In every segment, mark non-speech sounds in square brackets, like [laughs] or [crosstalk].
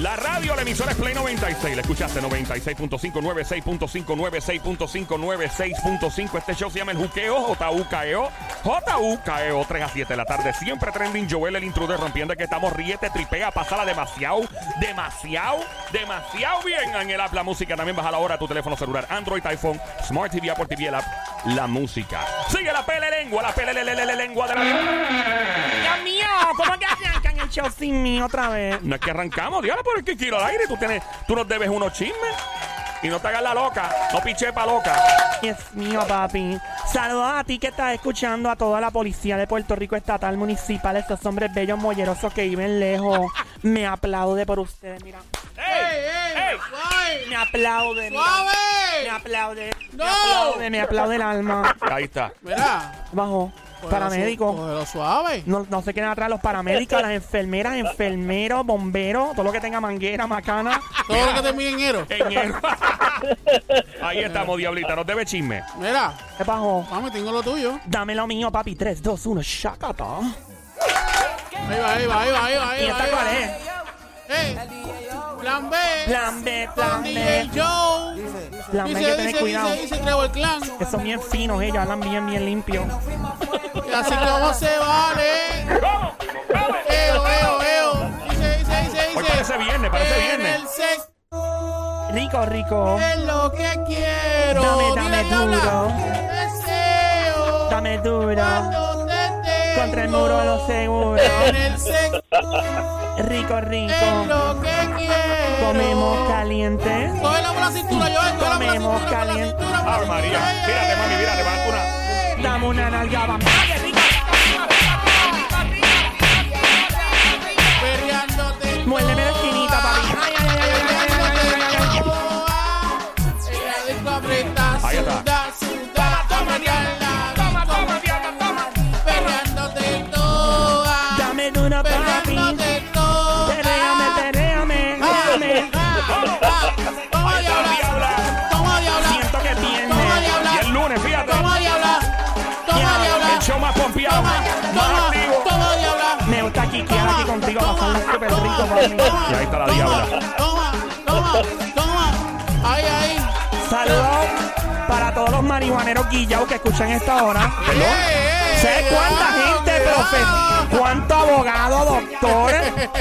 La radio, la emisora es Play 96. La escuchaste 96.5, 96.5, 96.5, 96.5. Este show se llama El Juqueo, JUKEO. JUKEO, 3 E a 7 de la tarde. Siempre trending Joel, el intruder, rompiendo que estamos. Ríete, tripea, pasala demasiado, demasiado, demasiado bien en el app La Música. También baja la hora a tu teléfono celular, Android, iPhone, Smart TV, Apple TV, el app La Música. Sigue la pele lengua, la pele lengua de la... Dios mío, ¿cómo que arrancan el show sin mí otra vez? No es que arrancamos, diablo, por el que quiero al aire. Tú, tienes, tú nos debes unos chismes. Y no te hagas la loca, no pichepa loca. Dios mío, papi. Saludos a ti que estás escuchando, a toda la policía de Puerto Rico estatal, municipal, estos hombres bellos, mollerosos que viven lejos. Me aplaude por ustedes, mira. ¡Ey! Me aplaude, mira. Me ¡Suave! aplaude. No. Me aplaude, me aplaude el alma. Ahí está. Mira, Bajo. cógelo su- Paramédico. cógelo suave. No, no se queden atrás los paramédicos, las enfermeras, enfermeros, bomberos, todo lo que tenga manguera, macana. Todo lo que termine en enero. En el- Ahí estamos, diablita. Nos debe chisme. Mira, Bajo. mami, tengo lo tuyo. Dame lo mío, papi. 3, 2, 1, shakata. Ahí va, ahí va, ahí va, ahí va. ¿Y Ahí esta va, cuál ahí es? va. Ey, Plan B. Plan B, plan DJ B. Joe. Plan B, hay que Dice, tener dice, cuidado. dice, dice Trevor Clan. Que son bien finos ellos, hablan bien, bien limpio. Y así como se vale. ¿Cómo? ¿Cómo? Eo, eo, eo. Dice, dice, dice, Hoy dice. parece viernes, parece En viernes. el sexo Rico, rico. es lo que quiero. Dame, dame Dile, diabla. duro. Deseo. Dame duro. Cuando te Contra el tengo. muro lo seguro. En el sexo Rico, es rico. lo que quiero. Comemos caliente. Cógela por la cintura, Joel. Cógela por la Comemos cintura, por la caliente. cintura, por la Ave María. cintura. Mírate, mami, mírate, va a una- Dame una nalga, vamos. Perreándote. Muérdeme la esquinita, papi. Ay, ay, ay, ay, ay, ay, ay, ay, ay, ay. Ahí está. Toma, toma, diabla, toma. Dame duro, papi. Perréame, perréame. Dame. Siento que viernes. Y el lunes, fíjate. El show más pompeado. Más activo. Me gusta quiquear aquí contigo, pasarla súper rico, papi. Y ahí está la Toma, diabla. Toma, toma, toma. Ahí, ahí. Saludos para todos los marihuaneros guillados que escuchan esta hora. Ey, ey, Sé cuánta cuidado, gente, cuidado. profe, cuánto abogado, doctor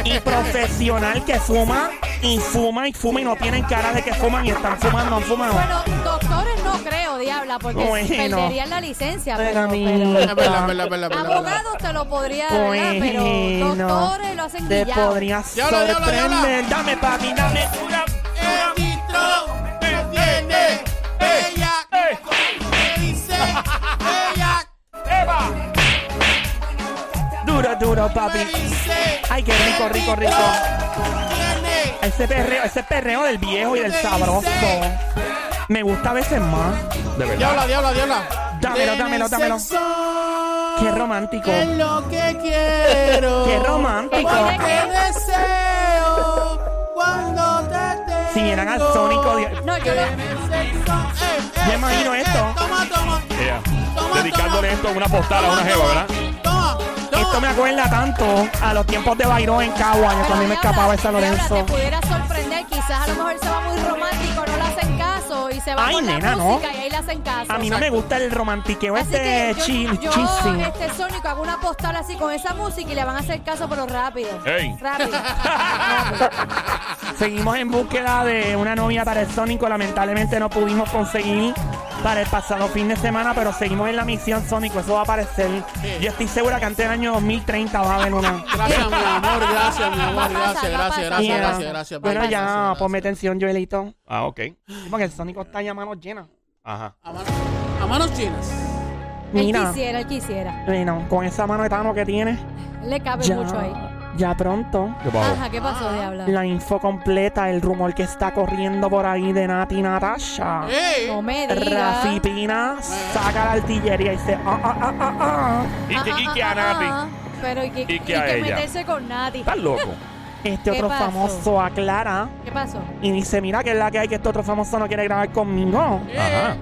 y profesional que fuma y fuma y fuma y no tienen cara de que fuman y están fumando, han fumado. Bueno, doctores no creo, diabla, porque Bueno. perderían la licencia. Pero Pero, mi- pero- Es verdad, es verdad, es verdad, es verdad. abogados te lo podría dar, ¿verdad? pero Bueno, doctores lo hacen te guillado. podrías Diabla, diabla, sorprender. Dame papi, dame una. El distro me tiene ella ¡Ey! me dice ella ¡Eva! Duro, duro, me papi. dice Ay, qué rico, el rico, distro rico. tiene Ese perreo, ese perreo del viejo y del sabroso. Me gusta a veces más. De verdad. diabla diabla diabla Dámelo, dámelo, dámelo. Qué romántico. es lo que quiero Qué romántico. Porque deseo cuando te tengo Si vieran al Sónico, di- No, yo lo- Eh, Yo imagino esto. toma toma Ella. toma Dedicándole toma. esto en una postal a una Toma, jeva, toma, ¿verdad? toma toma Esto me acuerda tanto a los tiempos de Bayrón en Caguaña, cuando yo me Diabla, escapaba de San Diabla, Lorenzo. Te pudiera sorprender, quizás a lo mejor se va muy romántico, no le hacen caso y se va Ay, con nena, la no. música y ahí le hacen caso. A mí no me gusta el romantiqueo Así este que yo, chi- yo, chising. este Sónico, hago una postal así con esa música y le van a hacer caso, pero rápido. Ey. [laughs] Rápido. Seguimos en búsqueda de una novia para el Sónico. Lamentablemente no pudimos conseguir para el pasado fin de semana, pero seguimos en la misión Sónico. Eso va a aparecer. Sí. Yo estoy segura que antes del año 2030 va a haber una. Gracias, [laughs] mi amor, gracias, mi Va amor, a gracias, pasar, va a gracias, pasar. gracias, Mira. gracias, gracias. Bueno, baby, ya, gracias, gracias. ponme atención, Joelito. Ah, ok. Porque el Sónico está ya manos llenas. Ajá. A manos, a manos chinas. él Mira, quisiera, él quisiera. bueno, con esa mano de Tano que tiene, Le cabe ya, mucho ahí. ya pronto ¿Qué Ajá, ¿qué pasó, Diabla? la info completa, el rumor que está corriendo por ahí de Nati y Ah. Natasha. ¡Ey! No me digas. Rafi Pina saca la artillería y dice, ah, ah, ah, ah, ah. ¿Y Ajá, qué- y qué ajá, a ajá. Nati? ah, Pero y que, ¿Y y qué a que ella? meterse con Nati. ¿Estás loco? Este ¿Qué otro pasó? famoso aclara ¿Qué pasó? y dice, mira que es la que hay que este otro famoso no quiere grabar conmigo. ¡Ey! Ajá.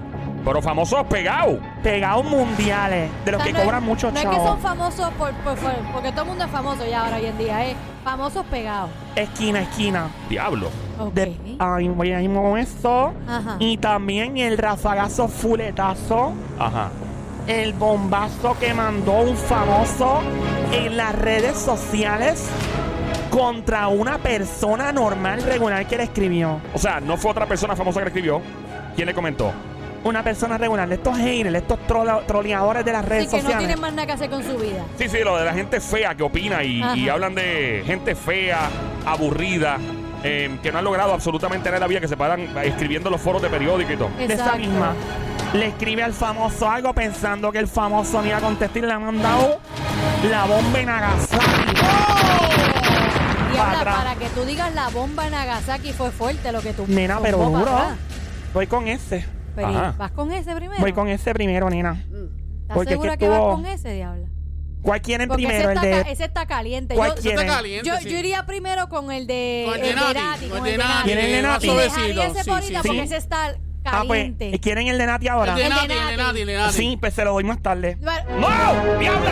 Pero famosos pegados. Pegados mundiales, de los O sea, que no es- cobran mucho No chavos. es que son famosos por, por- por- porque todo el mundo es famoso ya ahora hoy en día, ¿eh? Famosos pegados. Esquina, esquina. Diablo. Ok. De, ay, voy a ir con eso. Ajá. Y también el rafagazo fuletazo, Ajá. el bombazo que mandó un famoso en las redes sociales contra una persona normal regular que le escribió. O sea, no fue otra persona famosa que le escribió. ¿Quién le comentó? Una persona regular, de estos haters, de estos trolo- troleadores de las redes Así que no sociales. tienen más nada que hacer con su vida. Sí, sí, lo de la gente fea que opina y, y Ajá. hablan de gente fea, aburrida, eh, que no han logrado absolutamente nada en la vida, que se paran escribiendo en los foros de periódico y todo. de esa Exacto. misma. Le escribe al famoso algo pensando que el famoso me iba a contestar y le ha mandado la bomba en Nagasaki. ¡Oh! Y Para ahora, atrás. para que tú digas la bomba en Nagasaki fue fuerte lo que tú Nena, tumbó pero para duro. atrás. Voy con ese. Pero Ajá. ¿y vas con ese primero. Voy con ese primero, nena. ¿Estás porque es segura que que, vas estuvo- con ese, diabla? ¿Cuál quieren Porque primero? ese, El está, de. ca- ese está caliente. ¿Cuál Yo, quiere? Está caliente, yo, pues sí. yo iría primero con el de Con el el de de Nati, Nati, con el de de Nati. ¿Quién es el de más Nati? Y suavecito, dejaría ese sí, por sí, ahorita sí. porque ese está Ah, pues. caliente. ¿Quieren el de Nati ahora? El de El de Nati, el de Nati. Nati, el de Nati. Sí, pues se lo doy más tarde. Bueno, ¡No! ¡Diabla!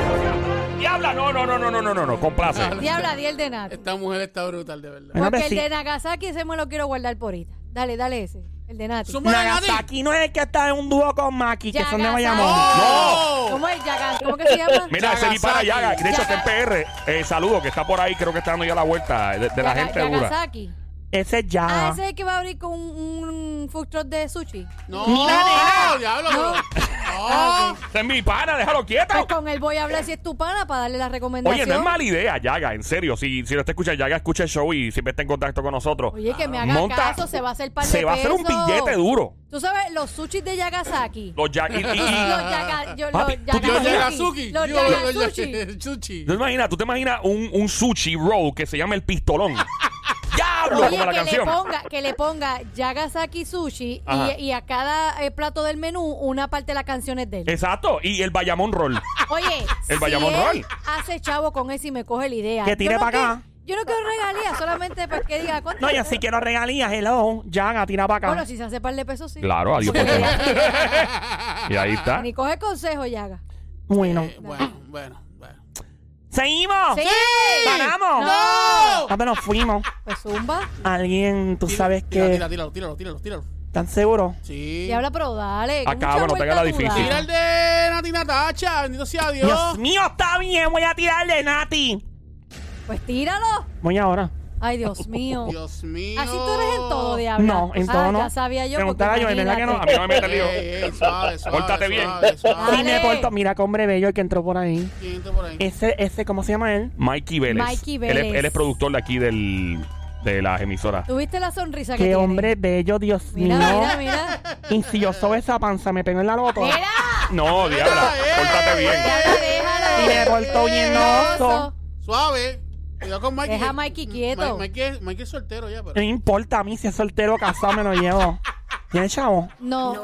¡Diabla! No, no, no, no, no, no, no, no. Complace. Diabla. Diabla, di el de Nati. Esta mujer está brutal, de verdad. Bueno, Porque pero el sí. de Nagasaki ese me lo quiero guardar por ahorita. Dale, dale ese. El de Nati. Suma- Bueno, Nagasaki no es el que está en un dúo con Maki, que son de Yagasaki. Bayamón. ¡No! ¿Cómo es Yaga- ¿Cómo que se llama? [laughs] Mira, ese mi para Yaga. De hecho, está Yaga- en PR. Eh, saludo, que está por ahí, creo que está dando ya la vuelta de, de la Yaga- gente dura. Yagasaki. Oh. Ese es Ah, Yaga. ese es el que va a abrir con un, un food truck de sushi. No, Mira, nena. diablo. No. No. ¡Oh! Ah, ok. Ese es mi pana, déjalo quieto. Pues con él voy a hablar si es tu pana para darle la recomendación. Oye, no es mala idea, Yaga, en serio. Si, si lo está escuchando, Yaga escucha el show y siempre está en contacto con nosotros. Oye, que me haga Monta- caso, se va a hacer par de Se va a hacer un pesos. billete duro. Tú sabes, los sushis de Yagasaki. Los E. ya- y- y- [laughs] y- Los yaga, yo, Papi, los ¿tú te Yo imaginas? Yagazuki. yagazuki. Los Digo, yo [laughs] yagasushi. Yagasuki. ¿Tú te imaginas, tú te imaginas un, un sushi roll que se llama el [laughs] pistolón? ¡Diablo! Oye, como la que le, canción. ponga, que le ponga Yagasaki Sushi Ajá. y, y a cada eh, plato del menú una parte de las canciones de él. Exacto. Y el Bayamón roll. Oye, [laughs] El Bayamón si él Roll. hace chavo con eso y me coge la idea. Que Yo tire no pa' quiero- acá. Yo no quiero regalías, solamente para que diga cuánto. No, yo sí quiero regalías. Hello, Yaga, tira para acá. Bueno, si se hace par de pesos, sí. Claro, [laughs] adiós. pues, por Porque favor. y ahí está. Ni coge consejo, Yaga. Bueno, Eh, Bueno, bueno, bueno. seguimos. Sí. Paramos. No. Ah, pero fuimos. Pues zumba. Alguien, tú sabes Tira, que. tira, tíralo, tíralo, tíralo, tíralo. ¿Tan seguro? Sí. Y habla, pero dale. Acá, mucha bueno, vuelta pégala tú difícil. das. Tira el de Nati Natacha, bendito sea Dios. Dios mío, está bien. Voy a tirarle, Nati. Pues tíralo. Voy ahora. Ay, [laughs] Dios mío. Dios mío. Eh, Así tú eres en todo, diablo. No, en todo Ah, no. Ya sabía yo. porque Preguntaba yo, en verdad que no. A mí imagínate. no me mete Ey, lío. ey, suave, suave, Pórtate suave, bien. suave. Y me Dale. porto. Mira, qué hombre bello el que entró por ahí. ¿Quién entra por ahí? Ese, ese, ¿cómo se llama él? Mikey Vélez. Mikey Él es- Él, Vélez. es productor de aquí del, de las emisoras. Tuviste la sonrisa que Qué tiene? hombre bello, Dios Mira, mío. mira, mira. Y si yo soy esa panza, me pego en la loto. Mira. No, diabla. ¡Eh! Pórtate bien. Diabla, déjalo. Y me porto bien oso. Suave. Cuidado con Mikey. Deja a que- Mikey quieto. Mi- Mikey, es- Mikey es soltero ya, No pero. importa a mí si es soltero o casado, me lo llevo. ¿Tiene chavo? No.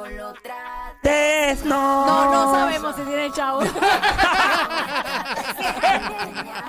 Tres, no. No, no sabemos si tiene [laughs] chavo.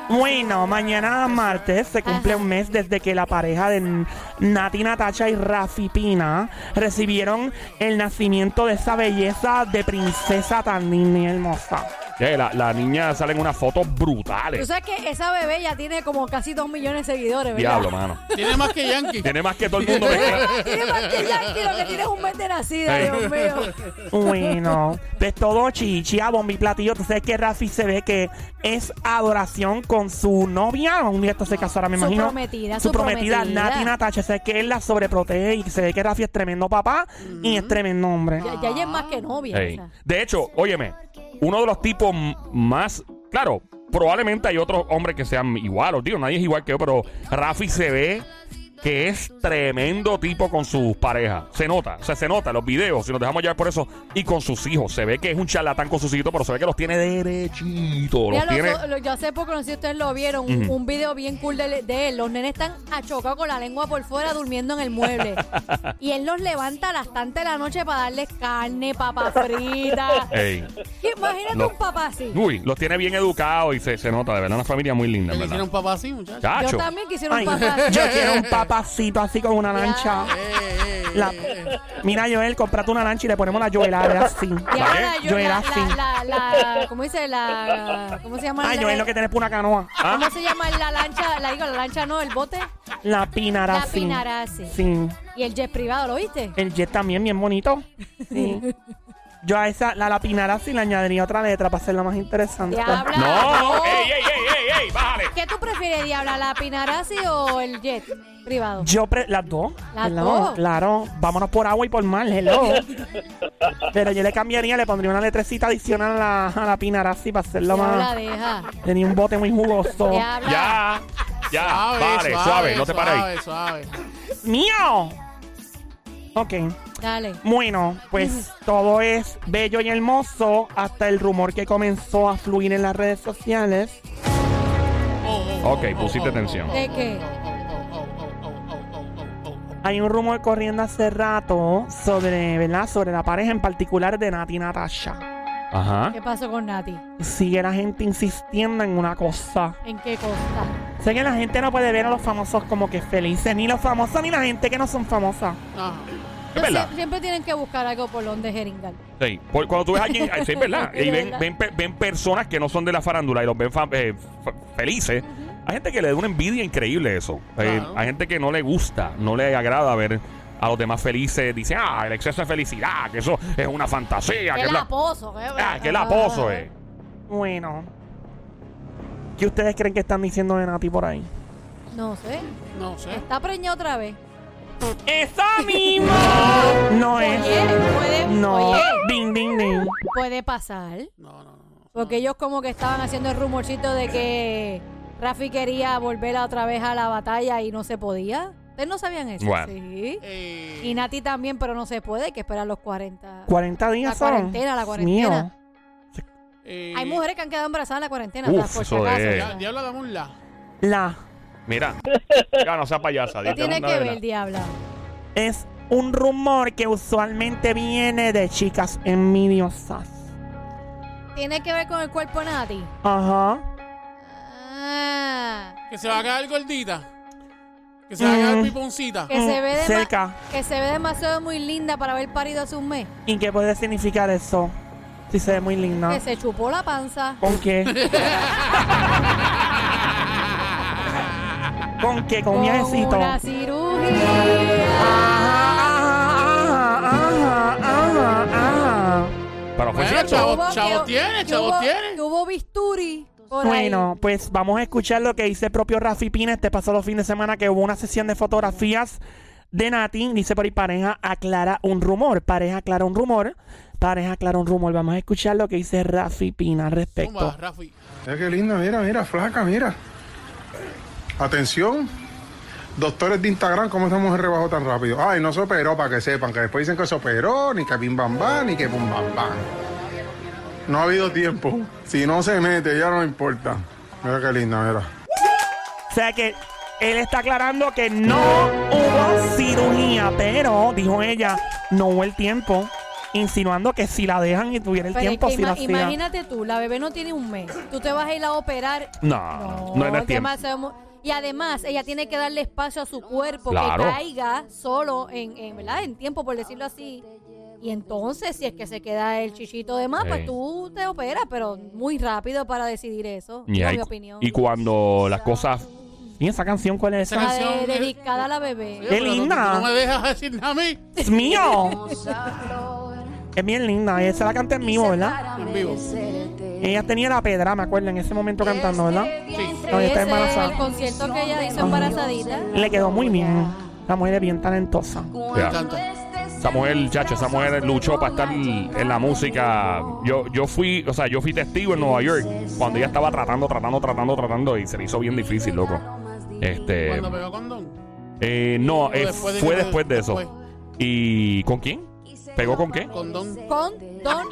Bueno, mañana martes se cumple Ajá. un mes desde que la pareja de Nati Natacha y Rafi Pina recibieron el nacimiento de esa belleza de princesa tan linda y hermosa. Eh, la, la niña sale en unas fotos Tú brutales. sabes que esa bebé ya tiene como casi dos millones de seguidores, ¿verdad? Diablo, mano. Tiene más que Yankee. Tiene más que todo el [laughs] mundo. que- Tiene más que Yankee, lo que tiene es un mes de nacida, Ey. [laughs] Dios mío. Bueno, pues todo chichi a bombi platillo. Tú sabes que Rafi se ve que es adoración con su novia. Un día esto se casará, me Su imagino. prometida, Su su prometida, prometida. Nati Natacha. Sabes que él la sobreprotege y se ve que Rafi es tremendo papá y Mm. es tremendo hombre. Ya, ya ella es más que novia. Ey. o sea. De hecho, óyeme, uno de los tipos m- más, claro, probablemente hay otros hombres que sean igual, o digo, nadie es igual que yo, pero Rafi se ve que es tremendo tipo con sus parejas. Se nota, o sea, se nota en los videos, si nos dejamos llevar por eso, y con sus hijos. Se ve que es un charlatán con sus hijos, pero se ve que los tiene derechitos. Mira, Pues Los los- tiene... los- yo hace poco, no sé si ustedes lo vieron, un, un video bien cool de, de él. Los nenes están achocados con la lengua por fuera durmiendo en el mueble. y él los levanta a las tantas de la noche para darles carne, papas fritas. Ey. Imagínate Eh, No. un papá así. Uy, los tiene bien educados y se, se nota, de verdad, una familia muy linda, en Le ¿verdad? hicieron papá así, muchachos. Chacho. Yo también quisiera un Ay, papá [laughs] así. yo quiero un papá pasito así con una lancha. Eh, eh, La- eh. mira, Joel, comprate una lancha y le ponemos la Joelare así. Y ahora ¿Eh? yo, Yo era la, así. la, la, la- ¿cómo dice? La, ¿cómo se llama? Ay, la, Joel, lo que tenés por una canoa. Ah, ¿Cómo se llama la lancha? La digo, la lancha no, el bote. La pinarasi. La Pinarasi. Sí. Y el jet privado, ¿lo viste? El jet también, bien bonito. Sí. [laughs] Yo a esa, la, la pinarasi le añadiría otra letra para hacerla más interesante. Diabla. No, ey, ey, ey, ey, ey, bájale. ¿Qué tú prefieres, Diabla, la Pinarasi o el jet privado? Yo, pre- las dos. Las hello, dos. Claro, vámonos por agua y por mar, hello. Pero yo le cambiaría, le pondría una letrecita adicional a la, a la pinarasi para hacerlo Diabla, más. deja. Tenía un bote muy jugoso. Diabla. Ya, ya, Suave, vale, suave, no te pares ahí. Suave, suave. ¡Mío! Ok. Dale. Bueno, pues todo es bello y hermoso hasta el rumor que comenzó a fluir en las redes sociales. Oh, Ok, pusiste tensión. ¿De qué? Hay un rumor corriendo hace rato sobre, ¿verdad? Sobre la pareja en particular de Nati y Natasha. Ajá. ¿Qué pasó con Nati? Sigue la gente insistiendo en una cosa. ¿En qué costa? Sé que la gente no puede ver a los famosos como que felices, ni los famosos ni la gente que no son famosas. Ajá. Es verdad. Sie- Siempre tienen que buscar algo por donde jeringar. Sí. Por- Cuando tú ves a alguien, sí, es verdad. Es Y ven, verdad. ven, pe- ven personas que no son de la farándula y los ven fa- eh, fa- felices. Hay gente que le da una envidia increíble eso. Eh, Claro. hay gente que no le gusta, no le agrada ver a los demás felices. Dicen, ah, el exceso de felicidad, que eso es una fantasía. ¡Qué Que es la, laposo! qué- ah, que es la pozo, eh. Bueno. ¿Qué ustedes creen que están diciendo de Nati por ahí? No sé. No sé. Está preñada otra vez. ¡Eso mismo! No es. Oye, puede, No. oye, Ding, ding, ding. puede pasar. No, no, no. Porque ellos como que estaban haciendo el rumorcito de que Rafi quería volver otra vez a la batalla y no se podía. Ustedes no sabían eso. Bueno. Sí. Eh, Y Nati también, pero no se puede, hay que esperar los 40. 40 días La son. cuarentena, la Dios cuarentena. Mío. eh, Hay mujeres que han quedado embarazadas en la cuarentena. Uf, o sea, por si eso acaso, es. o sea. Ya, diabla, dame un la. La. Mira, ya no sea payasa. ¿Qué dite tiene una que de ver, Diabla? Es un rumor que usualmente viene de chicas envidiosas. ¿Tiene que ver con el cuerpo de Nati? Ajá. Ah, Que se va a quedar gordita. Que se va a quedar Mm. piponcita. que, se Mm, ve dema- cerca. que se ve demasiado muy linda para haber parido hace un mes. ¿Y qué puede significar eso? Si se ve muy linda. Que se chupó la panza. ¿Con qué? ¿Con qué? Con un viajecito. una cirugía. Ajá, ajá, ajá, ajá. una. Pero fue Bueno, cierto. chavo. Hubo que- chavos tiene, que chavos hubo- tiene. que hubo bisturi. por ahí. Bueno, pues vamos a escuchar lo que dice el propio Rafi Pina este pasado fin de semana que hubo una sesión de fotografías de Nati. Dice por ahí, pareja aclara un rumor, pareja aclara un rumor, pareja aclara un rumor. Vamos a escuchar lo que dice Rafi Pina al respecto. Zumba, Rafi. Mira qué linda, mira, mira, flaca, mira. Atención. Doctores de Instagram, ¿cómo esta mujer rebajó tan rápido? Ay, no se operó, para que sepan, que después dicen que se operó, ni que pim bam bam, ni que pum bam bam. No ha habido tiempo. Si no se mete, ya no importa. Mira qué linda, mira. O sea que él está aclarando que no hubo cirugía, pero dijo ella, no hubo el tiempo, insinuando que si la dejan y tuviera el Pero es tiempo, que si ima- la hacía. imagínate tú, la bebé no tiene un mes. Tú te vas a ir a operar. No, no, no es ¿qué tiempo. más hacemos? Y además, ella tiene que darle espacio a su cuerpo Claro. que caiga solo en, en, ¿verdad? en tiempo, por decirlo así. Y entonces, si es que se queda el chichito de más, Sí. pues tú te operas, pero muy rápido para decidir eso. Y, es hay- mi opinión. y cuando las cosas. ¿Y esa canción cuál es? Esa La esa? de- canción- dedicada a la bebé. Qué Pero tú- linda. tú No me dejas decir nada a mí. ¡Es mío! Es bien linda, esa la canta en vivo, ¿verdad? En vivo. Ella tenía la pedra, me acuerdo, en ese momento Este cantando, ¿verdad? Sí. No, ella está Ese, embarazada. el concierto que ella hizo embarazadita. Le quedó muy bien. La mujer es bien talentosa. Ya. Me encanta. Eh, Esa mujer, chacho, esa mujer luchó para estar en la música. Yo, yo fui, o sea, yo fui testigo en Nueva York cuando ella estaba tratando, tratando, tratando, tratando y se le hizo bien difícil, loco. Este, Cuando pegó condón. eh, no, eh, Después de- fue después de eso. después. ¿Y con quién? ¿Pegó con qué? Condón. Con Don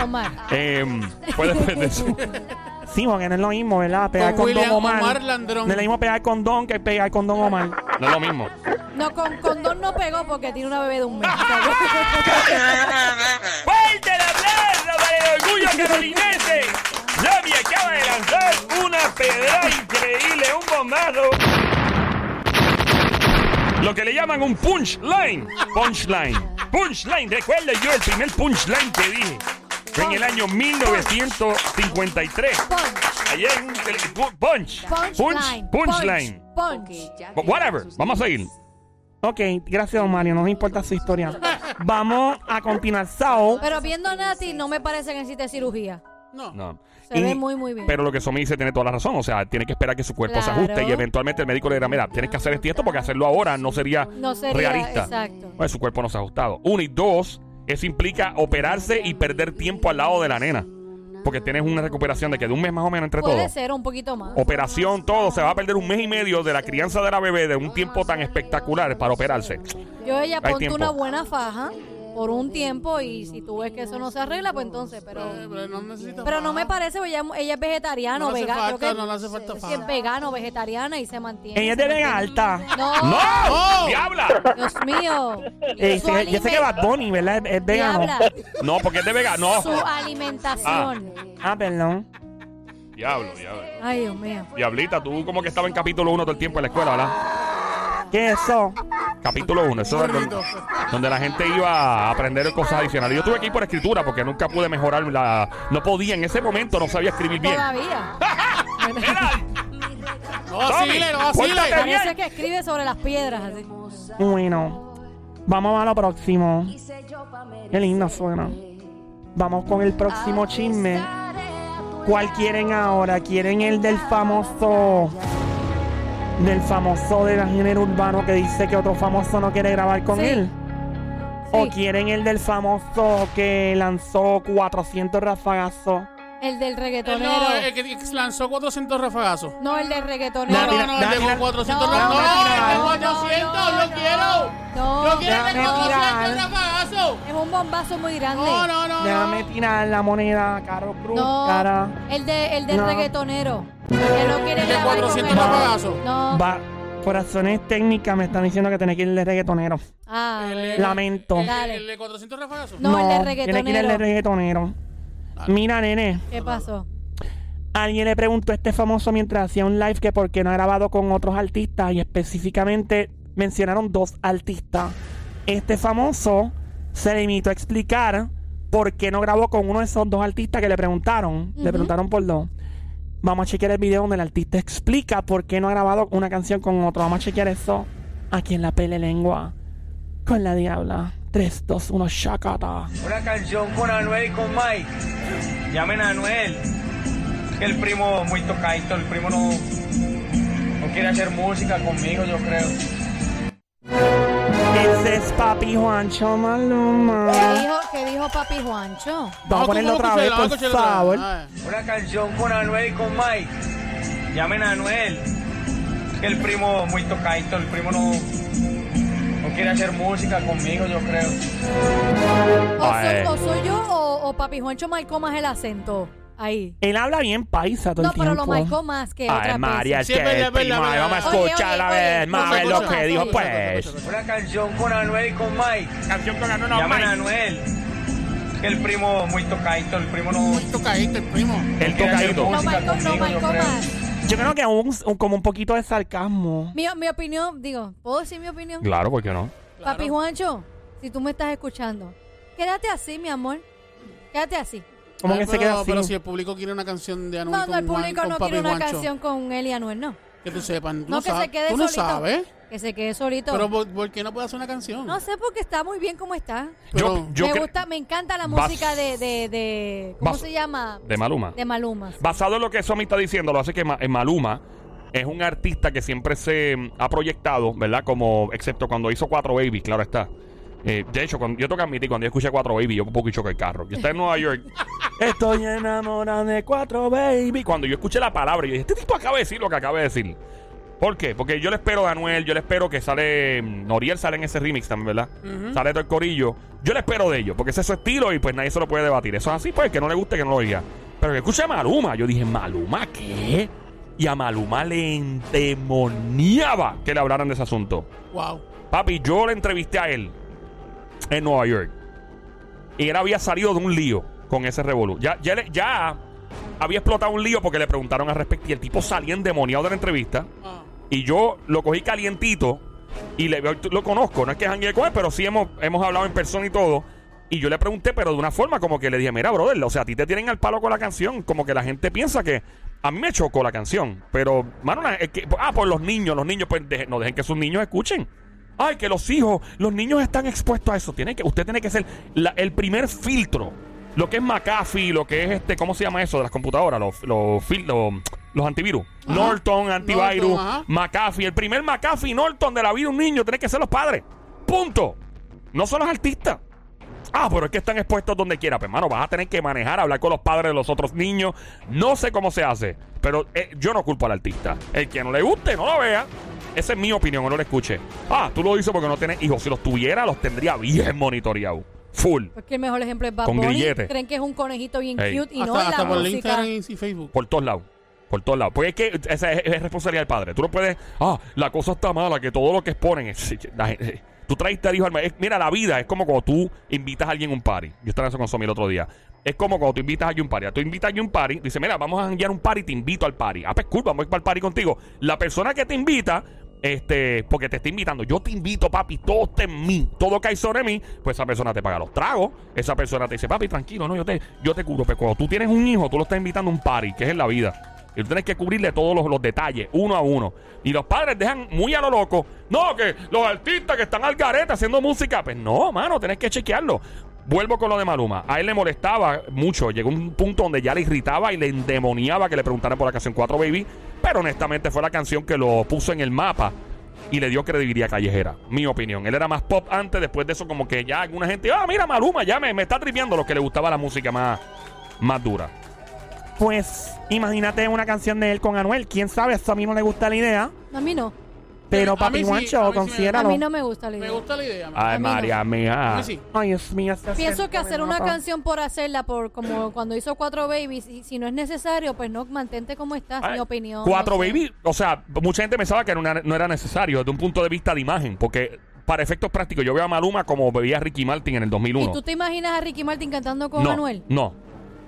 Omar. Em, fue después de eso. Sí, porque no es lo mismo, ¿verdad? Pegar Con con Don William Omar. Omar Landrón. No es lo mismo pegar con Don que pegar con Don Omar. No es lo mismo. No, con, con Don no pegó porque tiene una bebé de [laughs] un mes. ¡Fuerte el aplauso para el orgullo carolinense! Lami acaba de lanzar una pedra increíble, un bombazo. Lo que le llaman un punchline. Punchline. Punchline. Recuerda yo el primer punchline que dije. Fue en el año 1953. Punch. Allá en el- pu- punch. Punchline. Punchline. Punch. But whatever. Vamos a seguir. Ok, gracias, don Mario. No me importa su historia. Vamos a continuar. Sao. Pero viendo a Nati, no me parece que necesite cirugía. No. No. Se ve muy, muy bien. Pero lo que Somi dice tiene toda la razón. O sea, tiene que esperar que su cuerpo se Claro. ajuste y eventualmente el médico le dirá, mira, tienes que hacer esto y esto porque hacerlo ahora no sería, No sería realista. exacto. Bueno, su cuerpo no se ha ajustado. Uno y dos, eso implica operarse y perder tiempo al lado de la nena. Porque tienes una recuperación de Oh, que de un mes más o menos entre Puede todos. ser un poquito más. Operación, todo. Se va a perder un mes y medio de la crianza de la bebé de un tiempo tan espectacular para operarse. Yo ella Hay ponte tiempo. una buena faja por un tiempo y si tú ves que eso no se arregla, pues entonces, Eh, pero Pero no necesita pero no me faja. parece, porque ella, ella es vegetariana No o le hace vegana. falta, creo que no le hace falta si es faja. vegana o vegetariana y se mantiene. Ella es de Vega Alta. No, [laughs] ¡No! Oh. ¡No! ¡Diabla! Dios mío. Eh, Su sí, yo sé que aliment- Bad Bunny, ¿verdad? Es, es vegano. Diabla, [laughs] No, porque es de vegano. su alimentación. Ah, perdón. Diablo, diablo. Ay, Dios mío. Diablita, tú como que estaba en capítulo 1 todo el tiempo en la escuela, ¿verdad? ¿Qué es eso? Capítulo 1, eso es donde, Burrito. donde la gente iba a aprender cosas adicionales. Yo tuve que ir por escritura porque nunca pude mejorar la... No podía, en ese momento no sabía escribir bien. [laughs] Todavía. No vacile, no vacile. Pórtate bien. Parece que escribe sobre las piedras. Así. Bueno, vamos a lo próximo. Qué lindo suena. Vamos con el próximo chisme. ¿Cuál quieren ahora? ¿Quieren el del famoso? Del famoso del género urbano que dice que otro famoso no quiere grabar con Sí. él. ¿O Sí. quieren el del famoso que lanzó 400 rafagazos? El del Eh, No, reggaetonero. el que lanzó 400 refagazos. No, el del No, reggaetonero. no, no, el de Dani- 400 No, refagazos. Dani- ¡No, el de no, no, 400! no, ¡Yo no. quiero! No. ¡Yo quiero el de Déjame 400 tirar. refagazos! Es un bombazo muy grande. No, no, no. Déjame tirar la moneda, Caro Cruz, No, cara. el, de, el del No. reggaetonero. Que no quiere El de grabar con 400 él. rapagazo. No. Va, corazones técnicas me están diciendo que tiene que ir de reggaetonero. Ah, El- eh. Lamento. ¿El- Dale. ¿El de 400 refagazos? No, el de Tiene que ir el de reggaetonero. reggaetonero. Mira, nene. ¿Qué pasó? Alguien le preguntó a este famoso mientras hacía un live que por qué no ha grabado con otros artistas y específicamente mencionaron dos artistas. Este famoso se limitó a explicar por qué no grabó con uno de esos dos artistas que le preguntaron. Le preguntaron por dos. Vamos a chequear el video donde el artista explica por qué no ha grabado una canción con otro. Vamos a chequear eso aquí en la pele lengua con la diabla. 3, 2, 1, shakata. Una canción con Anuel y con Mike. Llamen a Anuel. Que el primo muy tocadito, el primo no, no quiere hacer música conmigo, yo creo. Ese es papi Juancho Maluma. ¿Qué dijo, qué dijo papi Juancho? Vamos a tú ponerlo no lo otra vez, escuché, por no lo escuché otra favor. vez. Ah, Una canción con Anuel y con Mike. Llamen a Anuel. Que el primo muy tocadito, el primo no, no quiere hacer música conmigo, yo creo. ¿O soy, Ay. o soy yo o, o papi Juancho marcó más el acento? Ahí. Él habla bien paisa todo No, el tiempo. pero lo marcó más que Ay, otra María, es Sí, que es verdad, el primo, verdad, ay, vamos a verdad. Oye, escuchar a oye, ver, oye, más a ver escucha, lo que escucha, dijo, escucha, pues. Una canción con Anuel y con Mike. Canción con Anuel, Llamen a Mike. Anuel. Que el primo muy tocadito, el primo no, Muy tocadito el primo. El Quiere hacer tocadito. Lo marcó, lo Conmigo, yo marcó creo. más. Yo creo que un, un- como un poquito de sarcasmo. Mi, mi opinión, digo, ¿puedo decir mi opinión? Claro, ¿por qué no? Papi Juancho, si tú me estás escuchando, quédate así, mi amor. Quédate así. Como Ay, que se pero- queda así. Pero si el público quiere una canción de Anuel No, no, el con Juan- público con no Papi quiere una Juancho, canción con él y Anuel, no. Que tú sepas. Tú No, que sabes- se quede Tú no solito. sabes. Que se quede solito. Pero ¿por, por qué no puede hacer una canción? no sé porque está muy bien como está. Yo, Pero- yo me cre- gusta, me encanta la Vas- música de, de, de- ¿cómo Vas- se llama? De Maluma. De Maluma. Basado en lo que Somi está diciendo, lo hace que Ma- eh, Maluma es un artista que siempre se mm, ha proyectado, ¿verdad? Como, excepto cuando hizo Cuatro Babies, claro está. Eh, de hecho, cuando, yo tengo que admitir, cuando yo escuché Cuatro Babies, yo un poco choqué el carro. Yo estaba en Nueva York [laughs] Estoy enamorada de cuatro y baby. cuando yo escuché la palabra, yo dije, este tipo acaba de decir lo que acaba de decir. ¿Por qué? Porque yo le espero a Anuel, yo le espero que sale. mm, Noriel sale en ese remix también, ¿verdad? Sale todo el corillo. Yo le espero de ellos, porque ese es su estilo y pues nadie se lo puede debatir. Eso es así, pues, que no le guste, que no lo diga. Pero que escuche a Maluma. Yo dije, ¿Maluma qué? Y a Maluma le endemoniaba que le hablaran de ese asunto. Wow. Papi, yo le entrevisté a él en Nueva York. Y él había salido de un lío con ese revolú. Ya, ya, le- ya había explotado un lío porque le preguntaron al respecto. Y el tipo salía endemoniado de la entrevista. Ah. Y yo lo cogí calientito. Y le, lo conozco, no es que jangue con él, pero sí hemos, hemos hablado en persona y todo. Y yo le pregunté, pero de una forma como que le dije, mira, brother, o sea, a ti te tienen al palo con la canción. Como que la gente piensa que a mí me chocó la canción. Pero, mano, la- es que- ah, por los niños, los niños, pues deje- no dejen que sus niños escuchen. Ay, que los hijos, los niños están expuestos a eso. Tiene que, usted tiene que ser la- el primer filtro. Lo que es McAfee, lo que es este, ¿cómo se llama eso? De las computadoras, los, los, fil- los, los antivirus. Norton, antivirus, Norton, ajá. McAfee. El primer McAfee Norton de la vida de un niño tiene que ser los padres. Punto. No son los artistas. Ah, pero es que están expuestos donde quiera. Pues, hermano, vas a tener que manejar, hablar con los padres de los otros niños. No sé cómo se hace, pero eh, yo no culpo al artista. El que no le guste, no lo vea. Esa es mi opinión, o no lo escuche. Ah, tú lo dices porque no tienes hijos. Si los tuviera, los tendría bien monitoreados. Full. Porque el mejor ejemplo es Bad Con Bunny. grillete. Creen que es un conejito bien Ey. cute y hasta no es la hasta por el música. Instagram y y Facebook. Por todos lados. Por todos lados. Pues es que esa es, es responsabilidad del padre. Tú no puedes. Ah, la cosa está mala, que todo lo que exponen es. la gente- eh, tú traiste al hijo al ma- es- Mira, la vida es como cuando tú invitas a alguien a un party. Yo estaba en eso con Somi el otro día. Es como cuando tú invitas a alguien a un party. Tú invitas a alguien a un party, dice, mira, vamos a janguear un party, te invito al party. Ah, pues cool, vamos a ir para el party contigo. La persona que te invita. Este, porque te está invitando, yo te invito, papi, todo está en mí, todo cae sobre mí, pues esa persona te paga los tragos, esa persona te dice, papi, tranquilo, no, yo te, yo te cubro. Pero cuando tú tienes un hijo, tú lo estás invitando a un party, que es en la vida. Y tú tienes que cubrirle todos los, los detalles, uno a uno. Y los padres dejan muy a lo loco. No, que los artistas que están al garete haciendo música. Pues no, mano, tenés que chequearlo. Vuelvo con lo de Maluma. A él le molestaba mucho. Llegó un punto donde ya le irritaba y le endemoniaba que le preguntaran por la canción 4 Baby. Pero honestamente fue la canción que lo puso en el mapa y le dio credibilidad callejera. Mi opinión. Él era más pop antes. Después de eso, como que ya alguna gente. Ah, mira, Maluma, ya me, me está tripeando lo que le gustaba la música más, más dura. Pues imagínate una canción de él con Anuel. Quién sabe, a mí no le gusta la idea. A mí no. Pero A mí papi sí, Guancho, a mí sí me- A considéralo. mí no me gusta la Me idea. gusta la idea. me- Ay, A mí no. María mía. a mí sí. Ay, Dios mío. este Pienso acento que me hacer una mata. canción por hacerla, por como cuando hizo Cuatro Babies, si, si no es necesario, pues no, mantente como estás, Ay, mi opinión. Cuatro no sé. baby, o sea, mucha gente pensaba que era una- no era necesario desde un punto de vista de imagen, porque para efectos prácticos yo veo a Maluma como bebía Ricky Martin en el ¿Y 2001. tú te imaginas a Ricky Martin cantando con no, Manuel? no,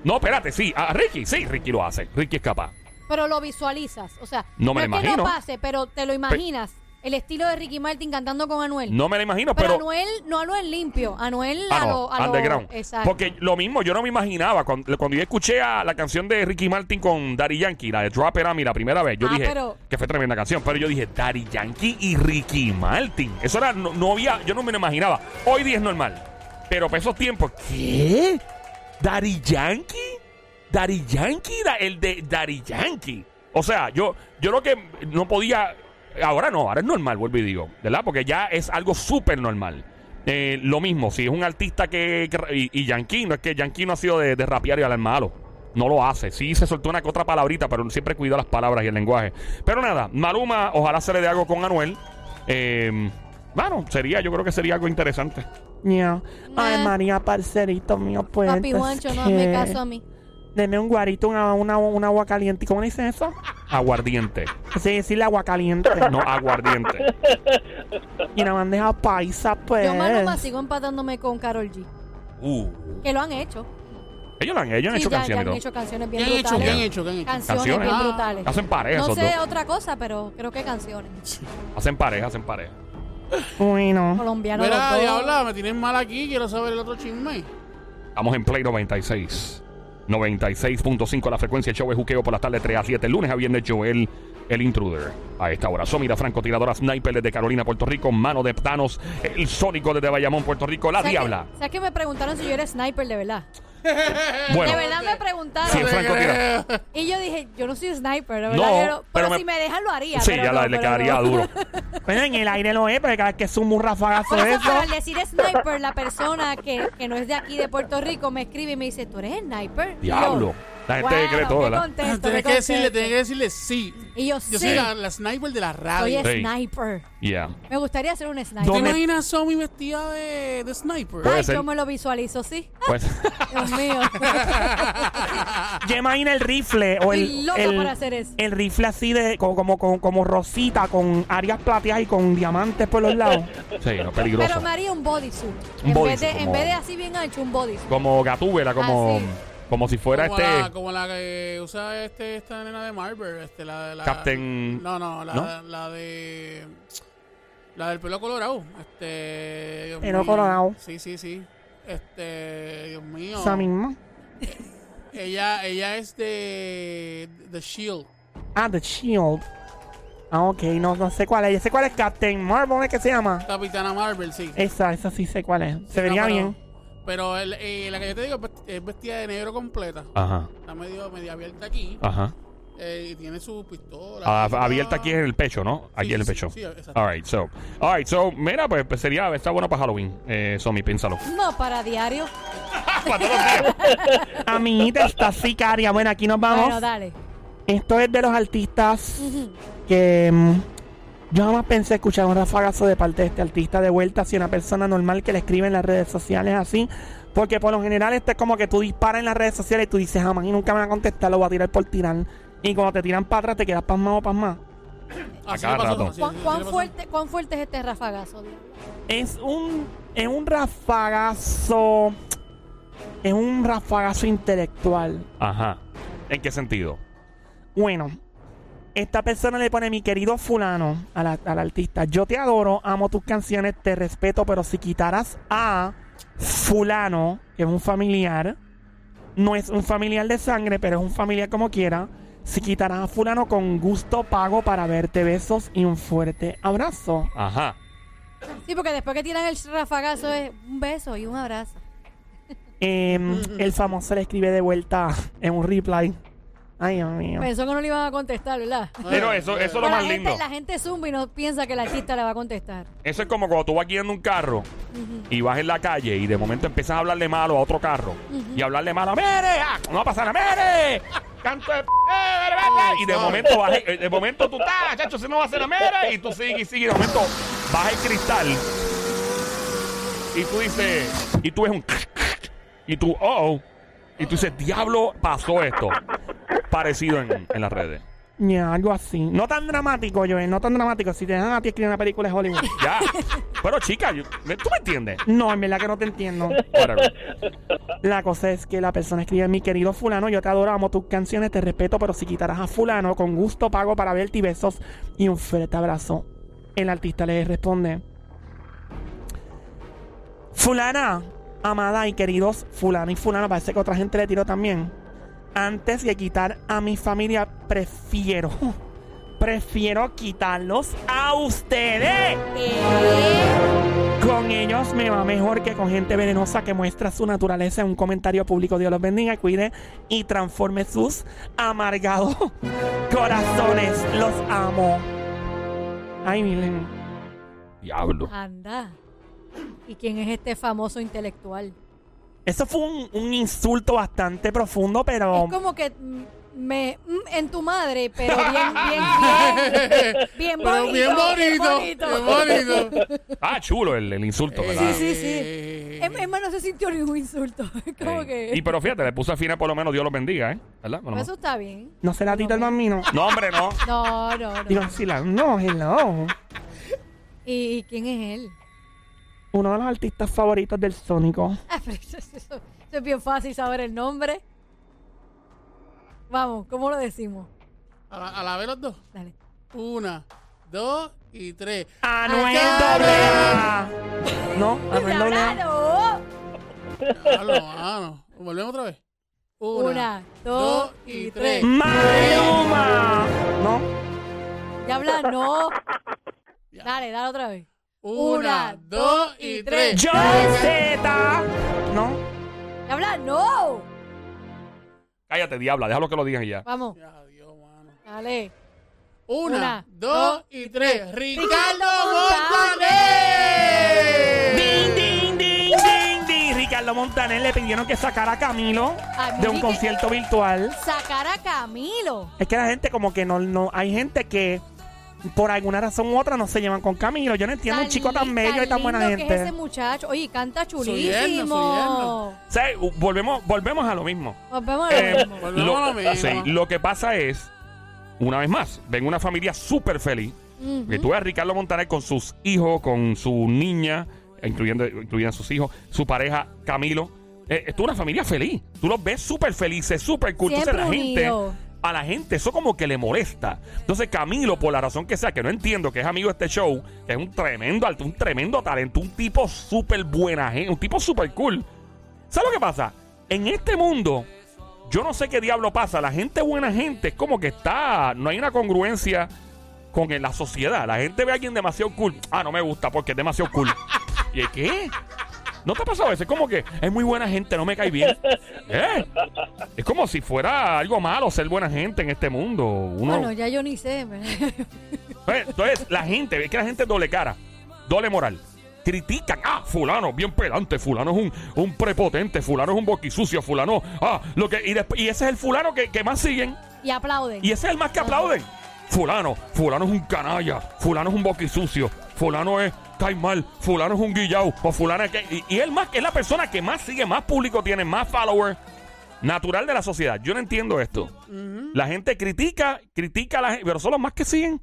no, espérate, sí, a Ricky, sí, Ricky lo hace, Ricky es capaz. Pero lo visualizas, o sea, No me lo es que imagino. no pase, pero te lo imaginas. el estilo de Ricky Martin cantando con Anuel. No me lo imagino, pero, pero, Anuel, no Anuel limpio, Anuel Ah, no, a lo, a lo- underground. Exacto. Porque lo mismo, yo no me imaginaba cuando, cuando yo escuché a la canción de Ricky Martin con Daddy Yankee, la de Drop It On Me, la primera vez, yo Ah, dije pero- que fue tremenda canción, pero yo dije Daddy Yankee y Ricky Martin. Eso era no, no había, yo no me lo imaginaba. Hoy día es normal, pero para esos tiempos, ¿qué? Daddy Yankee, Daddy Yankee, Da- el de Daddy Yankee. O sea, yo yo lo que no podía ahora no, ahora es normal, vuelvo y digo, ¿verdad? Porque ya es algo súper normal. Eh, lo mismo, si es un artista que. que- y, y Yankee, no es que Yankee no ha sido de, de rapear y hablar malo. No lo hace. Sí se soltó una que otra palabrita, pero siempre cuida las palabras y el lenguaje. Pero nada, Maluma, ojalá se le dé algo con Anuel. Eh, bueno, sería, yo creo que sería algo interesante. Yeah. Ay, Nah. María, parcerito mío, pues. Papi es Juancho, no que- hazme caso a mí. Deme un guarito, una, una, un agua caliente. ¿Cómo le dice eso? Aguardiente. Sí, decirle agua caliente. No, aguardiente. Y una bandeja paisa, pues. Yo Maluma sigo empatándome con Carol G, Uh. que lo han hecho. Ellos lo han, ellos han Sí, hecho ya, canciones. ya y han todo. hecho canciones bien ¿Qué han hecho? brutales. ¿Qué han hecho? ¿Qué han hecho? Canciones, Canciones. bien Ah. brutales. Hacen pareja, No esos sé dos. otra cosa, pero creo que canciones. Hacen pareja, hacen pareja. Uy, no. Colombianos. Mira, los dos. diabla, me tienen mal aquí. Quiero saber el otro chisme. Estamos en Play 96. 96.5 la frecuencia. El show es juqueo por las tardes 3 a 7. El lunes a viernes Joel, el intruder. A esta hora, Somira, francotiradora, sniper desde Carolina, Puerto Rico. Mano de Thanos, el sónico desde Bayamón, Puerto Rico. La ¿Sabes diabla. que- ¿Sabes que me preguntaron si yo era sniper de verdad? Bueno, eh, de verdad me sí, preguntaron. es francotirador. Y yo dije, yo no soy sniper, de verdad. No, pero, pero pero me- si me dejan lo haría. Sí, pero ya no, la- le pero quedaría no. [laughs] duro. Pues Bueno, en el aire lo es, pero cada vez que es un rafagazo Por eso, eso. pero al decir sniper, la persona que, que no es de aquí, de Puerto Rico, me escribe y me dice, ¿tú eres sniper? Y yo, Diablo. La gente "Wow, cree todo, qué ¿verdad? [laughs] contento, Tienes qué que decirle, contento". tienes que decirle sí. Y yo, Yo sí, soy la, la sniper de la soy radio. Sí. sniper. Yeah. Me gustaría ser un ¿Te sniper. ¿Dónde- imaginas a Somi vestida de, de sniper? [laughs] Puede Ay, ser. yo me lo visualizo, sí. Pues, [laughs] Dios mío. Yo imagino el rifle o Estoy el, loca el, por hacer eso. el rifle así de como, como, como, como rosita con áreas plateadas y con diamantes por los [laughs] lados. sí, no, peligroso. Pero me haría un bodysuit. Un En, bodysuit, vez de- en como- vez de así bien ancho, un bodysuit. Como gatúbela, como, Ah, sí. como si fuera como, este. la, como la que usa este, esta nena de Marvel. Este, la, la, Captain- No, no, la, ¿no? la de. La del pelo colorado. Este. Dios Pelo mío. colorado. Sí, sí, sí. Este. Dios mío. Esa misma. Ella, ella es de. The Shield. Ah, The Shield. Ah, ok, no, no sé cuál es. Yo sé cuál es Captain Marvel, ¿es que se llama? Capitana Marvel, sí. Esa, esa sí sé cuál es. Se Sí, vería no, pero- Eh, bien. Pero el- eh, la que yo te digo es vest- es vestida de negro completa. Ajá, Está medio, medio abierta aquí. ajá. eh, y tiene su pistola. Ah, pistola. abierta aquí en el pecho, ¿no? Aquí Sí, en el sí, pecho. sí, exacto. all right, so, all right, so, mira, pues pues sería, está bueno para Halloween, eh, Somi, piénsalo. No, para diario. Para todos los días. Amiguita, está sicaria. Bueno, aquí nos vamos. Bueno, dale. Esto es de los artistas que mm, yo jamás pensé escuchar un rafagazo de parte de este artista de vuelta hacia una persona normal que le escribe en las redes sociales así. Porque por lo general esto es como que tú disparas en las redes sociales y tú dices, jamás y nunca me va a contestar, lo voy a tirar por tirar. Y cuando te tiran para atrás te quedas pasmado o pasmado. Ah, Así A cada le pasó, rato. así- ¿Cuán, así cuán le pasó. fuerte, ¿Cuán fuerte es este rafagazo? Dios? Es un, es un rafagazo. Es un rafagazo intelectual. Ajá. ¿En qué sentido? Bueno, esta persona le pone mi querido fulano a la- al artista. Yo te adoro, amo tus canciones, te respeto, pero si quitaras a fulano, que es un familiar, no es un familiar de sangre, pero es un familiar como quiera, si quitaras a fulano con gusto pago para verte besos y un fuerte abrazo. Ajá. Ah, Sí, porque después que tiran el rafagazo es un beso y un abrazo. Em, el famoso le escribe de vuelta en un reply. Ay, Dios mío. Pensó que no le iban a contestar, ¿verdad? Pero eso, eso es lo Pero más la, lindo. Gente, la gente zumba y no piensa que el artista le va a contestar. Eso es como cuando tú vas guiando un carro y vas en la calle y de momento empiezas a hablarle malo a otro carro y hablarle malo, ¡Mere! ¡Ah! ¡No va a pasar! ¡Mere! ¡Ah! [laughs] ¡Canto de p! ¡Eh, vale, vale! Y de Ay, momento vas, eh, de momento tú estás, chacho, si no va a ser a Mere y tú sigues y sigues, de momento baja el cristal y tú dices, y tú ves un y tú, oh, oh. y tú dices, diablo, pasó esto. Parecido en, en las redes. Ya, algo así. No tan dramático, Joel, no tan dramático. Si te dejan a ti escribir una película de Hollywood. Ya. Pero chica, yo- tú me entiendes. No, en verdad que no te entiendo. Whatever. La cosa es que la persona escribe, mi querido fulano, yo te adoro, amo tus canciones, te respeto, pero si quitarás a fulano, con gusto pago para verte y besos y un fuerte abrazo. El artista le responde, fulana, amada y queridos fulano y fulano, parece que otra gente le tiró también. Antes de quitar a mi familia, prefiero, [laughs] prefiero quitarlos a ustedes. Con ellos me va mejor que con gente venenosa que muestra su naturaleza en un comentario público. Dios los bendiga, cuide y transforme sus amargados [laughs] corazones. Los amo. Ay, miren. Diablo. Anda. ¿Y quién es este famoso intelectual? Eso fue un, un insulto bastante profundo, pero Es como que mm, me mm, en tu madre, pero bien, [laughs] bien, bien. [laughs] Bien Pero bonito. bien bonito. Bien bonito. [laughs] Ah, chulo el, el insulto, ¿verdad? Sí, sí, sí. Eh, Es, es más, no se sintió ningún insulto. [laughs] Es como Eh, que. Y pero fíjate, le puso al final por lo menos Dios los bendiga, ¿eh? ¿Verdad? Por lo Eso menos. está bien. no se la tita el bambino. No, hombre, no. No, no, Digo, no. si la no, hello. ¿Y, y quién es él? [laughs] Uno de los artistas favoritos del Sónico. Ah, pero eso, eso- eso es bien fácil saber el nombre. Vamos, ¿cómo lo decimos? A la, a la vez los dos. Dale. Una, dos y tres. Anuel Doblea. Acá- No, Anuel Doblea. ¡Claro! Diablo, mano. Volvemos otra vez. Una, Una, dos y tres. Maluma. No. Ya habla, [laughs] no. Dale, dale otra vez. Una, dos y tres. John Z. No. Ya habla, no. Cállate, diabla, déjalo que lo digan y ya. Vamos, Ya, Dios, mano. dale. Una, Una, dos y tres. Ricardo Ding, Montaner. ding, ding, ding, ding. Ricardo Montaner le pidieron que sacara a Camilo A mí de un que- concierto virtual. Sacar a Camilo. Es que la gente como que no, no, hay gente que por alguna razón u otra no se llevan con Camilo. Yo no entiendo un Tan chico tan li- bello y tan buena lindo Que es ese gente. muchacho. Oye, canta yerno, su chulísimo. yerno. Sí, u- volvemos, volvemos a lo mismo. Nos vemos Eh, lo mismo. Volvemos a lo mismo. sí, lo que pasa es, una vez más, ven una familia súper feliz. Ujú. Que tú ves a Ricardo Montaner con sus hijos, con su niña, incluyendo, incluyendo a sus hijos, su pareja Camilo. Eh, es una familia feliz. Tú los ves súper felices, súper cool. Tú Siempre sabes, la gente unido. a la gente eso como que le molesta. Entonces Camilo, por la razón que sea, que no entiendo, que es amigo de este show, que es un tremendo, alt- un tremendo talento, un tipo súper buena gente, un tipo súper cool. ¿Sabes lo que pasa? En este mundo, yo no sé qué diablo pasa. La gente buena gente es como que está. No hay una congruencia con la sociedad. La gente ve a alguien demasiado cool. Ah, no me gusta porque es demasiado cool. ¿Y el qué? ¿No te ha pasado eso? Es como que es muy buena gente, no me cae bien. ¿Eh? Es como si fuera algo malo ser buena gente en este mundo. Uno, Bueno, ya yo ni sé. eh, Entonces, la gente, es que la gente es doble cara, doble moral. Critican, ah, fulano, bien pedante, fulano es un, un prepotente, fulano es un boquisucio, fulano, ah, lo que, y, desp- y ese es el fulano que, que más siguen, [laughs] y aplauden. y ese es el más que aplauden. Fulano, fulano es un canalla, fulano es un boquisucio, fulano es cae mal, fulano es un guillao, o fulano es que, y, y el más, es la persona que más sigue, más público tiene, más followers, natural de la sociedad. Yo no entiendo esto. La gente critica, critica a la gente, pero son los más que siguen.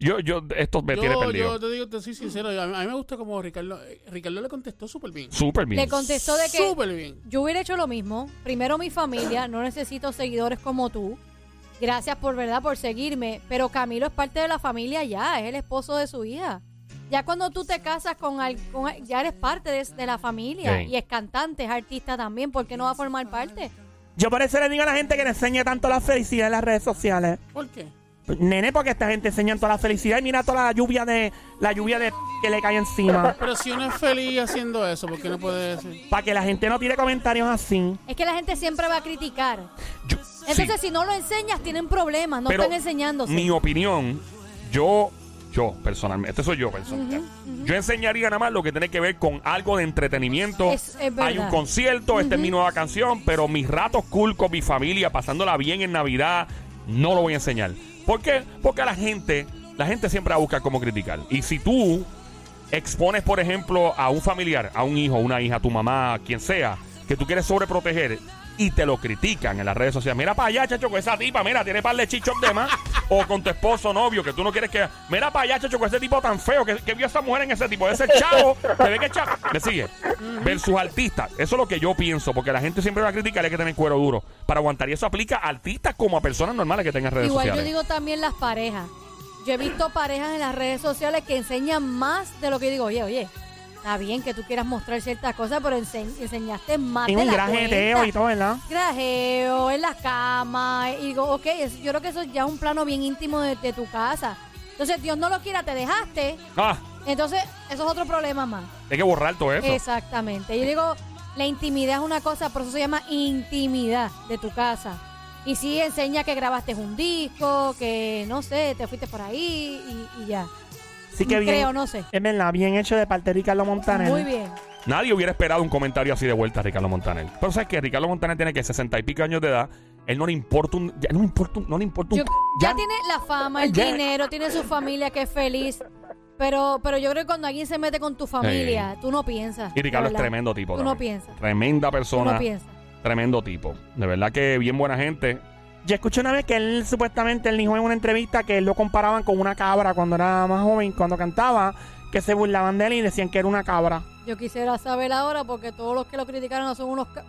Yo, yo, esto me tiene Yo, perdido. yo te digo, te soy sincero, a mí, a mí me gusta como Ricardo, eh, Ricardo le contestó súper bien. Súper bien. Le contestó de que Súper bien. yo hubiera hecho lo mismo. Primero mi familia, no necesito seguidores como tú. Gracias por verdad por seguirme, pero Camilo es parte de la familia ya, es el esposo de su hija. Ya cuando tú te casas con, al- con al- ya eres parte de, de la familia Sí. y es cantante, es artista también, ¿por qué no va a formar parte? Yo por eso le digo a la gente que no enseñe tanto la felicidad en las redes sociales. ¿Por qué? Nene, porque esta gente enseña toda la felicidad y mira toda la lluvia de la lluvia de que le cae encima. Pero si uno es feliz haciendo eso, ¿por qué no puede decir? Para que la gente no tire comentarios así. Es que la gente siempre va a criticar. Yo- sí. Entonces, si no lo enseñas, tienen problemas, no Pero están enseñándose. Mi opinión, yo, yo personalmente, este soy yo personalmente. Yo enseñaría nada más lo que tiene que ver con algo de entretenimiento. Es- es verdad. Hay un concierto, esta es mi nueva canción, pero mis ratos cool con mi familia, pasándola bien en Navidad, no lo voy a enseñar. ¿Por qué? Porque a la gente, la gente siempre va a buscar cómo criticar. Y si tú expones, por ejemplo, a un familiar, a un hijo, una hija, a tu mamá, a quien sea, que tú quieres sobreproteger y te lo critican en las redes sociales. Mira para allá, chacho, con esa tipa, mira, tiene par de chichos de más. O con tu esposo, novio, que tú no quieres que. Mira para allá, chacho, con ese tipo tan feo que, que vio a esa mujer en ese tipo. Ese chavo, te ve que chavo. Me sigue. Versus artistas. Eso es lo que yo pienso, porque la gente siempre va a criticar y hay que tener cuero duro para aguantar. Y eso aplica a artistas como a personas normales que tengan redes Igual sociales. yo digo también las parejas. Yo he visto parejas en las redes sociales que enseñan más de lo que yo digo, oye, oye, está bien que tú quieras mostrar ciertas cosas, pero ense- enseñaste más Y de un la grajeteo cuenta. y todo, ¿verdad? Grajeo, en las camas. Y digo, ok, es- yo creo que eso ya es un plano bien íntimo de, de tu casa. Entonces, Dios no lo quiera, te dejaste. Ah, Entonces, eso es otro problema más. hay que borrar todo eso. Exactamente. Yo digo, la intimidad es una cosa, por eso se llama intimidad de tu casa. Y sí enseña que grabaste un disco, que no sé, te fuiste por ahí y, y ya. Así que bien. Creo, no sé. Es verdad, bien hecho de parte de Ricardo Montaner. Muy bien. Nadie hubiera esperado un comentario así de vuelta a Ricardo Montaner. Pero sabes que Ricardo Montaner tiene que 60 y pico años de edad. Él no le importa un. Ya, no le importa un. No le importa un. Yo- ya, tiene la fama, el ya- dinero, tiene su familia que es feliz. Pero, pero yo creo que cuando alguien se mete con tu familia, tú no piensas. Y Ricardo la es verdad. tremendo tipo. Tú no también. piensas. Tremenda Tú persona. no piensas. tremendo tipo. De verdad que bien buena gente. Yo escuché una vez que él supuestamente él dijo en una entrevista que él lo comparaban con una cabra cuando era más joven, cuando cantaba, que se burlaban de él y decían que era una cabra. Yo quisiera saber ahora porque todos los que lo criticaron son unos... ca-